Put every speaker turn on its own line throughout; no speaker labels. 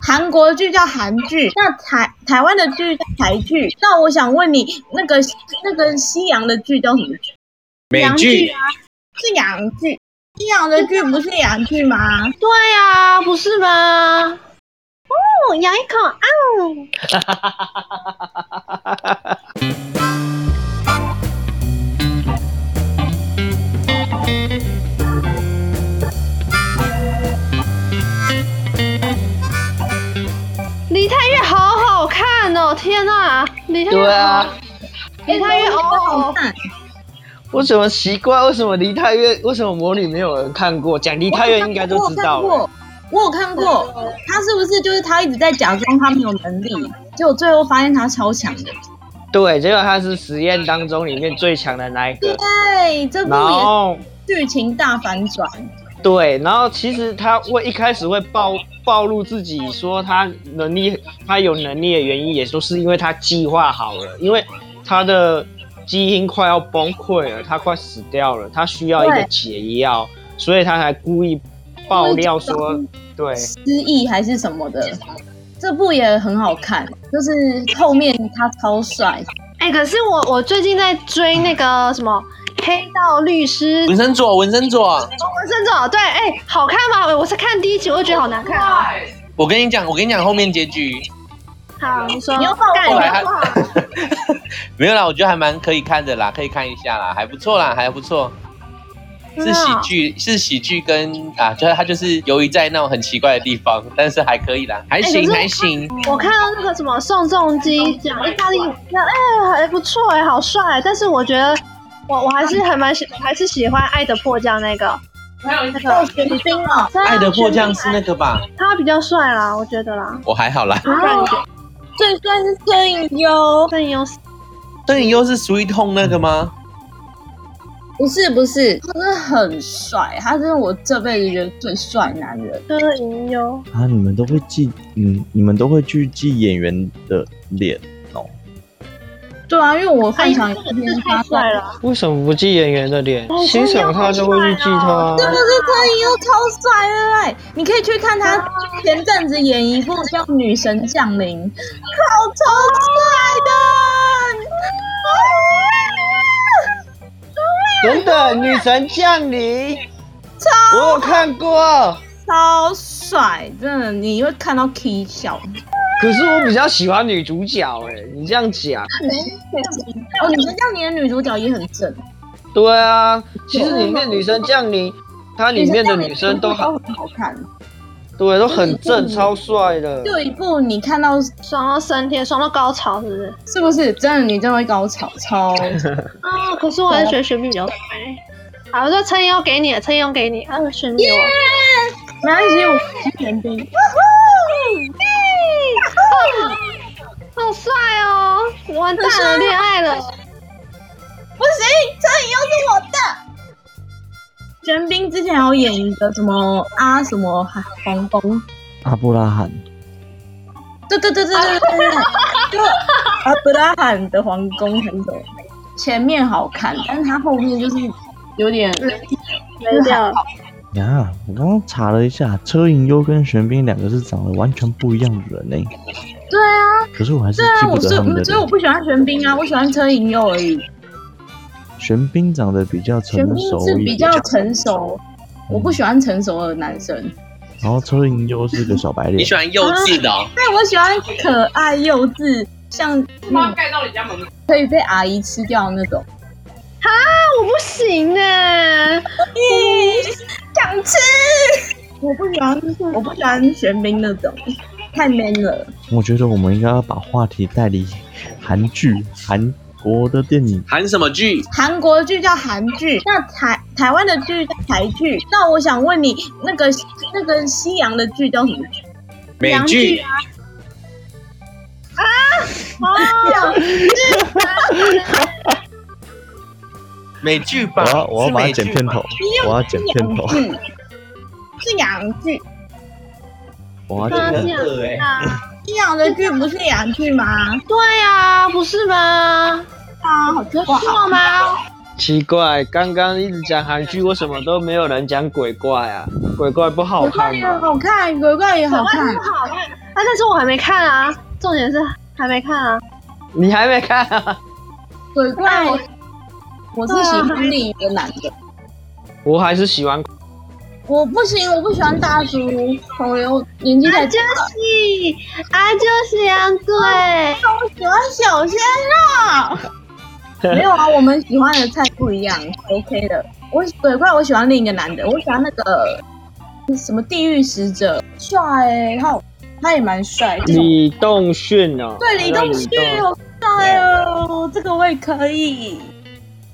韩国剧叫韩剧，那台台湾的剧叫台剧。那我想问你，那个那个西洋的剧叫什么剧？
美
洋
剧
剧啊，是洋剧。西洋的剧不是洋剧吗？
对呀、不是吗？哦，咬一口啊！李泰岳好好看哦！天哪，李泰岳
对
好
啊，
李泰岳
好
哦，
看。
我怎么奇怪？为什么梨泰院？为什么魔女没有人看过？讲梨泰院应该都知
我
道
有看
了。
过，我有看
哦
过，他是不是就是他一直在假装他没有能力，结果最后发现他超强的？
对，结果他是实验当中里面最强的那一个。
对，这部
然
也
后
剧情大反转。
对，然后其实他会一开始会暴暴露自己，说他能力，他有能力的原因，也就是因为他计划好了，因为他的基因快要崩溃了，他快死掉了，他需要一个
对
解药，所以他才故意爆料
故
说
意，
对
失忆还是什么的。这部也很好看，就是后面他超帅，
哎、可是我我最近在追那个什么《黑道律师》
纹身佐，纹身佐，
纹身照，对，哎、好看吗？我是看第一集，我就觉得好难看、啊。
我跟你讲，我跟你讲后面结局
好，你说。
你要爆
干
我
你
来
要爆我
没有啦，我觉得还蛮可以看的啦，可以看一下啦，还不错啦，还不错。
啊
是喜剧，是喜剧跟啊，就是他就是由于在那种很奇怪的地方，但是还可以啦，还行、
可是我
还行。
我看到那个什么宋仲基讲意大利舞，那哎、还不错哎、好帅、但是我觉得我我还是还蛮喜，还是喜欢《爱的迫降》那个。
那个玄彬哦，
对啊
爱的迫降是那个吧？
他比较帅啦，我觉得
哦
啦。
我还好啦。
我个人觉得
最帅是摄影哦优，
邓颖优是
邓颖优是 Sweet Home 那个吗？
不是不是，他真的很帅，他是我这辈子觉得最帅男人。
邓颖优，
啊，你们都会记，嗯，你们都会去记演员的脸哦。
对啊，因为我幻想有一
真
天
的是哎太
他
帅，了。
为什么不记演员的脸
哦？
欣赏他就会去记他
是。不是摄影优超帅对不对？啊你可以去看他前阵子演一部叫《女神降临》，好超帅的。
等等，女神降临，我有看过，
超帅，真的，你会看到 K 笑。
可是我比较喜欢女主角哎、你这样讲。
哦，你们这样，你的女主角也很正，
对啊，其实里面女生降临，它里面的女生都
好
很
很好看。
对，都很正，超帅的。
就有一部你看到
爽到升天，爽到高潮，是不是？
是不是真的？你真的会高潮，超
啊、可是我还是觉得玄彬比较帅。好，我说陈颖优给你了，陈颖优给你，啊，玄彬我。
没关系， 我是玄彬。
好帅哦！完蛋了，恋爱了。
不行，这里又是我的。玄彬之前有演一个什么啊什么黄蜂，
阿布拉罕，
对对对对对对对， 就阿布拉罕的皇宫很么？前面好看，但是他后面就是有点
没掉。
呀，我刚刚查了一下，车银优跟玄彬两个是长得完全不一样的人呢、
对啊，
可是我还是
对啊
记，不
我
得
所以
他们的
我所以我
脸。
不喜欢玄彬啊，我喜欢车银佑而已。
玄彬长得比较成
玄彬
熟
是
一
比
点，嗯
较成熟，我不喜欢成熟的男生。
然后车银优是个小白
你
脸
喜。欢幼稚的哦？
对，我喜欢可爱幼稚，像那盖到你家门，可以被阿姨吃掉那种。
那我不行哎、
想吃？我不喜欢，我不喜欢玄彬那种，太 man 了。
我觉得我们应该要把话题带离韩剧、韩国的电影。
喊什么剧？
韩国剧叫韩剧，那台台湾的剧叫台剧。那我想问你，那个那个西洋的剧叫什么剧？
美
洋
剧
剧
啊？
哦，
美剧吧
我？要我要
是
把它
美剧
剪片
吧
头，我要剪片头，
嗯，是洋剧。
我要剪片头。
啊，
西洋的剧不是洋剧吗？
对呀、不是吗？
啊，好奇怪啊。
错吗？
奇怪，刚刚一直讲韩剧，为什么都没有人讲鬼怪啊？鬼怪不好
鬼怪
看
也
吗？
好看，鬼怪也好看啊
好看，但是我还没看啊，重点是还没看啊。
你还没看、啊？
鬼怪，我是喜欢另一个男的，
我还是喜欢
我不行，我不喜欢大叔，我有年纪
啊
太
就
大了，
是啊就是啊，对，
我喜欢小鲜肉。 没有啊，我们喜欢的菜不一样，OK 的。我鬼怪，我喜欢另一个男的，我喜欢那个什么地狱使者，帅、欸，他有他也蛮帅，这种
李栋训哦。
对李东旭好帅哦，这个我也可以。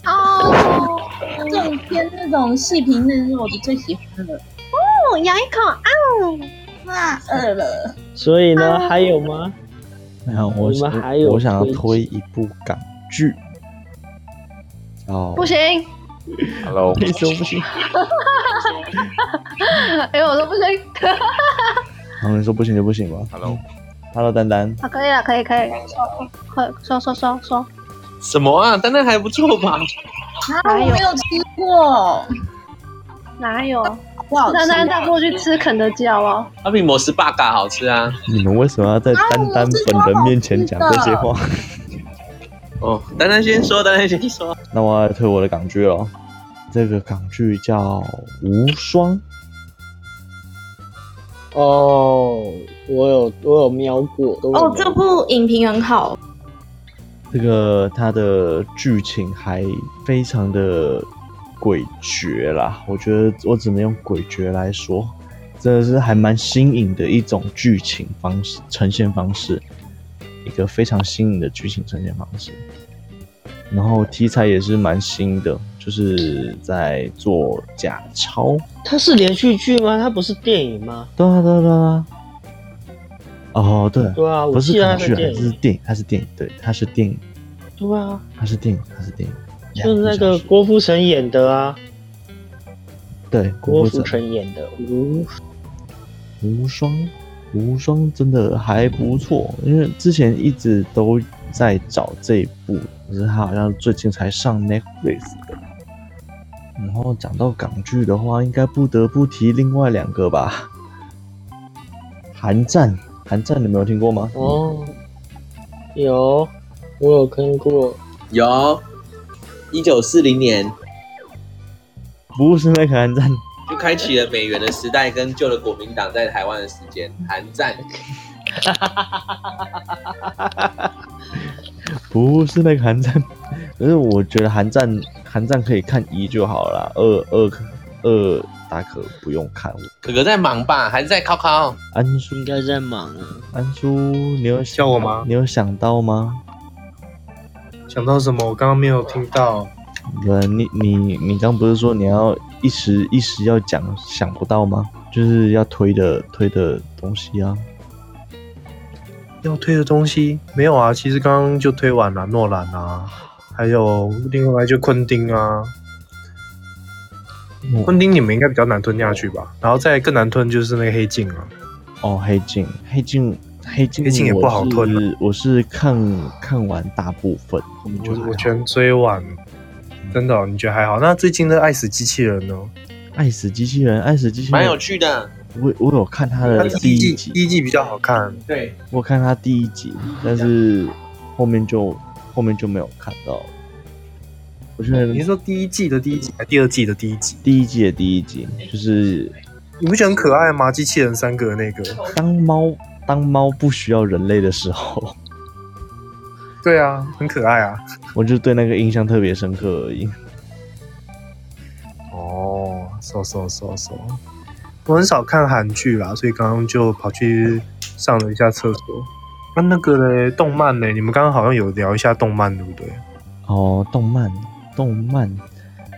哦，
这种偏那种细皮嫩肉的最喜欢了，
哦咬一口哦，
那饿了。
所以
啊
呢，还有吗？
然后我
你们
想
还有
我想要
推荐
推一部港剧，哦
不，行，
Hello，
为什么不 行？
哎呦，我都不 行。
然啊后你说不行就不行吧。嗯
Hello
Hello，丹丹，
好，啊可以了，可以，可以，收，快收收收收。
什么啊？当然还不错吧。
啊，我没有吃过，
哪有？
不好吃。啊
那那带过去吃肯德基好不好？
它比摩斯巴嘎好吃啊！
你们为什么要在丹丹本人面前讲这些话？
哦，丹丹先说，丹丹先说。
那我要推我的港剧了，这个港剧叫《无双》，
哦，我有我有瞄过。都有瞄
哦，这部影评很好，
这个它的剧情还非常的诡谲啦，我觉得我只能用诡谲来说，这是还蛮新颖的一种剧情方式呈现方式，一个非常新颖的剧情呈现方式。然后题材也是蛮新的，就是在做假钞。
它是连续剧吗？它不是电影吗？
对啊，对啊，对啊。哦，对，
对啊，我
不
记
是
得它
港
是
剧，
电
它是
影。
电影，它是电影，对，它是电影，
对啊，
它是电影，它是电影。
就是那
两
个
小时
郭富城演的啊，
对，
郭
郭
富
富城
城演的。嗯，
无双，无双真的还不错，因为之前一直都在找这一部，可是它好像最近才上 Netflix 的。然后讲到港剧的话，应该不得不提另外两个吧，《寒战》，《寒战》你们有听过吗？
哦，有，我有看过。
有，一九四零年
不是那个《寒战》，
就开启了美元的时代跟旧的国民党在台湾的时间，韩战。
不是那个寒战， 可是我觉得寒战寒战可以看一就好了啦，二二可二大可不用看。
哥哥在忙吧，还是在考考？
安叔
应该在忙啊。
安叔，你有
笑我吗
你有想到吗？
想到什么？我刚刚没有听到。
对，你你你刚不是说你要一时一时要讲想不到吗？就是要推的推的东西啊。
要推的东西没有啊，其实刚刚就推完了诺兰啊，还有另外就昆汀啊。昆汀你们应该比较难吞下去吧？然后再更难吞就是那个黑镜啊。
哦，黑镜，黑镜，黑镜，
黑镜也不好吞啊
我是我是看看完大部分，后面就
我
还
我
好
全追完，真的哦、你觉得还好？那最近的《爱死机器人》呢？
哎爱死机器人，爱死机器人
蛮有趣的。
我我有看他
它
的
第
呃第
一
一
季第
集，
一季比较好看，
对，
我看他第一集，但是后面就后面就没有看到了。我觉得
你是说第一季的第一集，还是第二季的第一集？
第一季的第一集就是
你不觉得很可爱吗？机器人三个那个，
当猫当猫不需要人类的时候，
对啊，很可爱啊。
我就对那个印象特别深刻而已。
哦，搜搜搜搜，我很少看韩剧啦，所以刚刚就跑去上了一下厕所。那、那个嘞，动漫嘞，你们刚刚好像有聊一下动漫，对不对？
哦，动漫动漫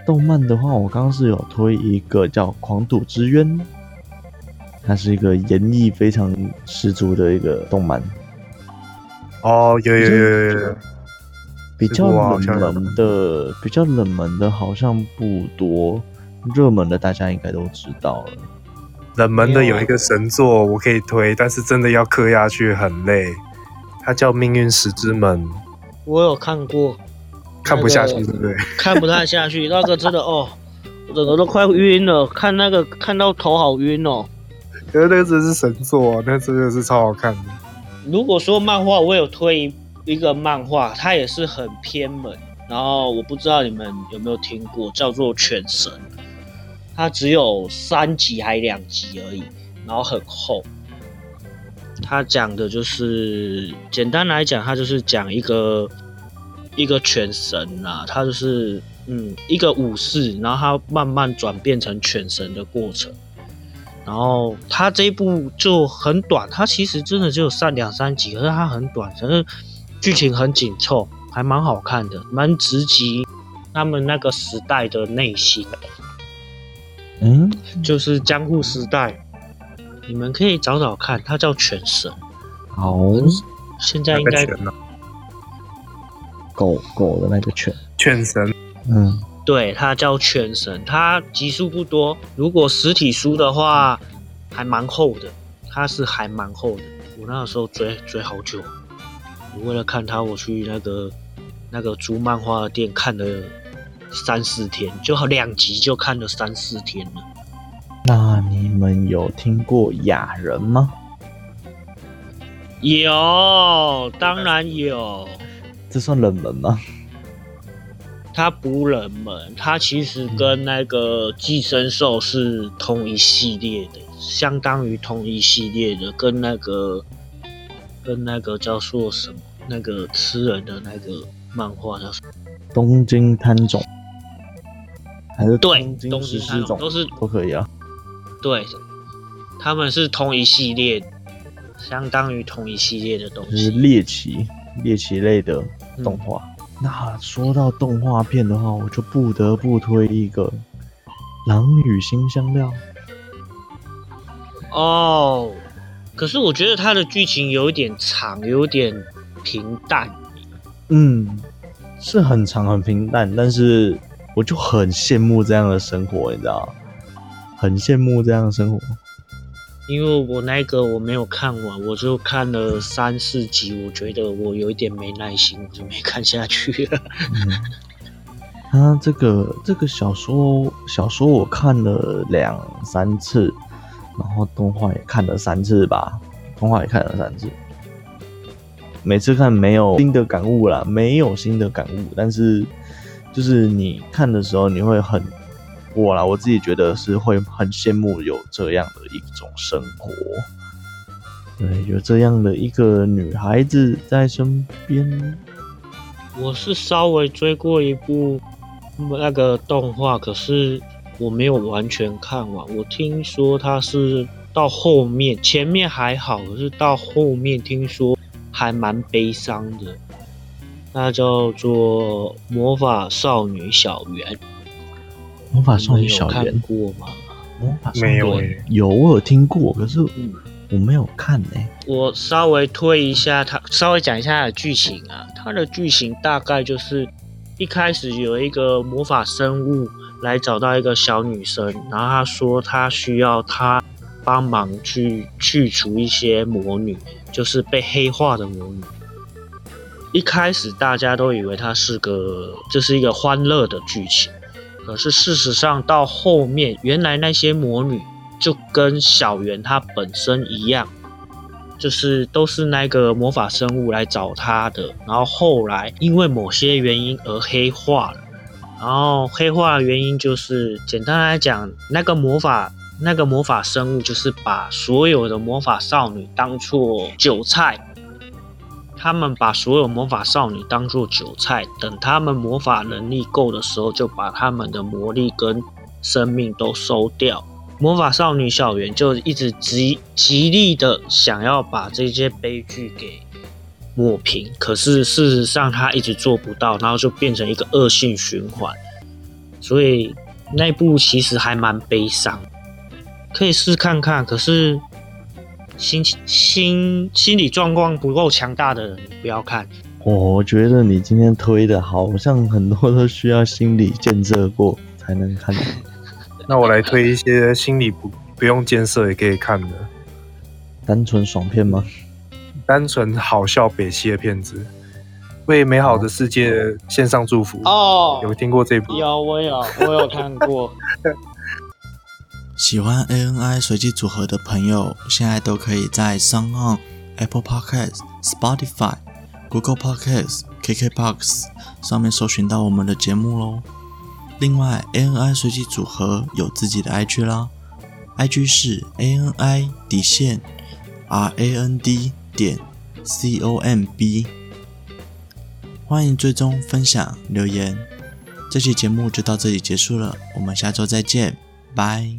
动漫的话，我刚刚是有推一个叫《狂赌之渊》，它是一个演绎非常十足的一个动漫。
哦，有有有有有，
比较冷
这个我好
门的，比较冷门的好像不多，热门的大家应该都知道了。
冷门的有一个神作我可以推，但是真的要磕下去很累。它叫《命运石之门》，
我有看过，
看不下去，对不对？
看不太下去，那个真的哦，我整个都快晕了，看那个看到头好晕哦。
可是那真是神作、啊，那真的是超好看的。
如果说漫画，我有推一一个漫画，它也是很偏门，然后我不知道你们有没有听过，叫做《犬神》，它只有三集还两集而已，然后很厚。它讲的就是，简单来讲，它就是讲一个一个犬神啊，它就是嗯一个武士，然后他慢慢转变成犬神的过程。然后它这一部就很短，它其实真的只有三两三集，可是它很短，可是剧情很紧凑，还蛮好看的，蛮直击他们那个时代的内心，
嗯，
就是江户时代。你们可以找找看，它叫《犬神》，
好，
现在应
那
该
个犬呢、
狗狗的那个犬，
犬神，
嗯，
对，它叫全神，它集数不多。如果实体书的话，还蛮厚的，它是还蛮厚的。我那个时候追追好久，我为了看它，我去那个那个租漫画店看了三四天，就好两集就看了三四天了。
那你们有听过雅人吗？
有，当然有。
这算冷门吗？
它不冷门，它其实
嗯
跟那个寄生兽是同一系列的，相当于同一系列的，跟那个跟那个叫做什么那个吃人的那个漫画叫什么？
东京摊种还是
对，
京
东
十
西
四种
都是
都可以啊。
对，他们是同一系列，相当于同一系列的东
就
西。
是猎奇猎奇类的
嗯
动画。那说到动画片的话，我就不得不推一个《狼与新香料》。
哦，可是我觉得它的剧情有一点长，有点平淡。
嗯，是很长很平淡，但是我就很羡慕这样的生活，你知道吗？很羡慕这样的生活。
因为我那个我没有看完，我就看了三四集，我觉得我有一点没耐心，我就没看下去了。
嗯，他这个这个小说小说我看了两三次，然后动画也看了三次吧，动画也看了三次。每次看没有新的感悟啦，没有新的感悟，但是就是你看的时候，你会很我啦，我自己觉得是会很羡慕有这样的一种生活。对，有这样的一个女孩子在身边，
我是稍微追过一部那个动画，可是我没有完全看完。我听说它是到后面，前面还好，可是到后面听说还蛮悲伤的。那叫做《魔法少女小圆》，
魔法少女
你们有
小圆
看过吗？
魔法少
没有
女
欸
有我有听过，可是
嗯
我没有看哎、
我稍微推一下它，稍微讲一下它的剧情啊。它的剧情大概就是一开始有一个魔法生物来找到一个小女生，然后她说她需要她帮忙去去除一些魔女，就是被黑化的魔女。一开始大家都以为它是个这是一个欢乐的剧情，可是事实上到后面，原来那些魔女就跟小圆她本身一样，就是都是那个魔法生物来找她的，然后后来因为某些原因而黑化了。然后黑化的原因就是，简单来讲，那个魔法那个魔法生物就是把所有的魔法少女当做韭菜，他们把所有魔法少女当做韭菜，等他们魔法能力够的时候，就把他们的魔力跟生命都收掉。魔法少女小圆就一直极极力的想要把这些悲剧给抹平，可是事实上她一直做不到，然后就变成一个恶性循环。所以那部其实还蛮悲伤，可以试看看。可是心心心理状况不够强大的人不要看。
我觉得你今天推的好像很多都需要心理建设过才能看。
那我来推一些心理不不用建设也可以看的，
单纯爽片吗？
单纯好笑北西的片子，为美好的世界献上祝福。
哦
有听过这部？
有我有我有看过，
喜欢 ANI 随机组合的朋友，现在都可以在 s o n g Apple Podcast、Spotify、Google Podcast、KKBox 上面搜寻到我们的节目喽。另外，ANI 随机组合有自己的 IG 啦，IG 是 ANI 底线 RAND 点 COMB，欢迎追踪、分享、留言。这期节目就到这里结束了，我们下周再见，拜。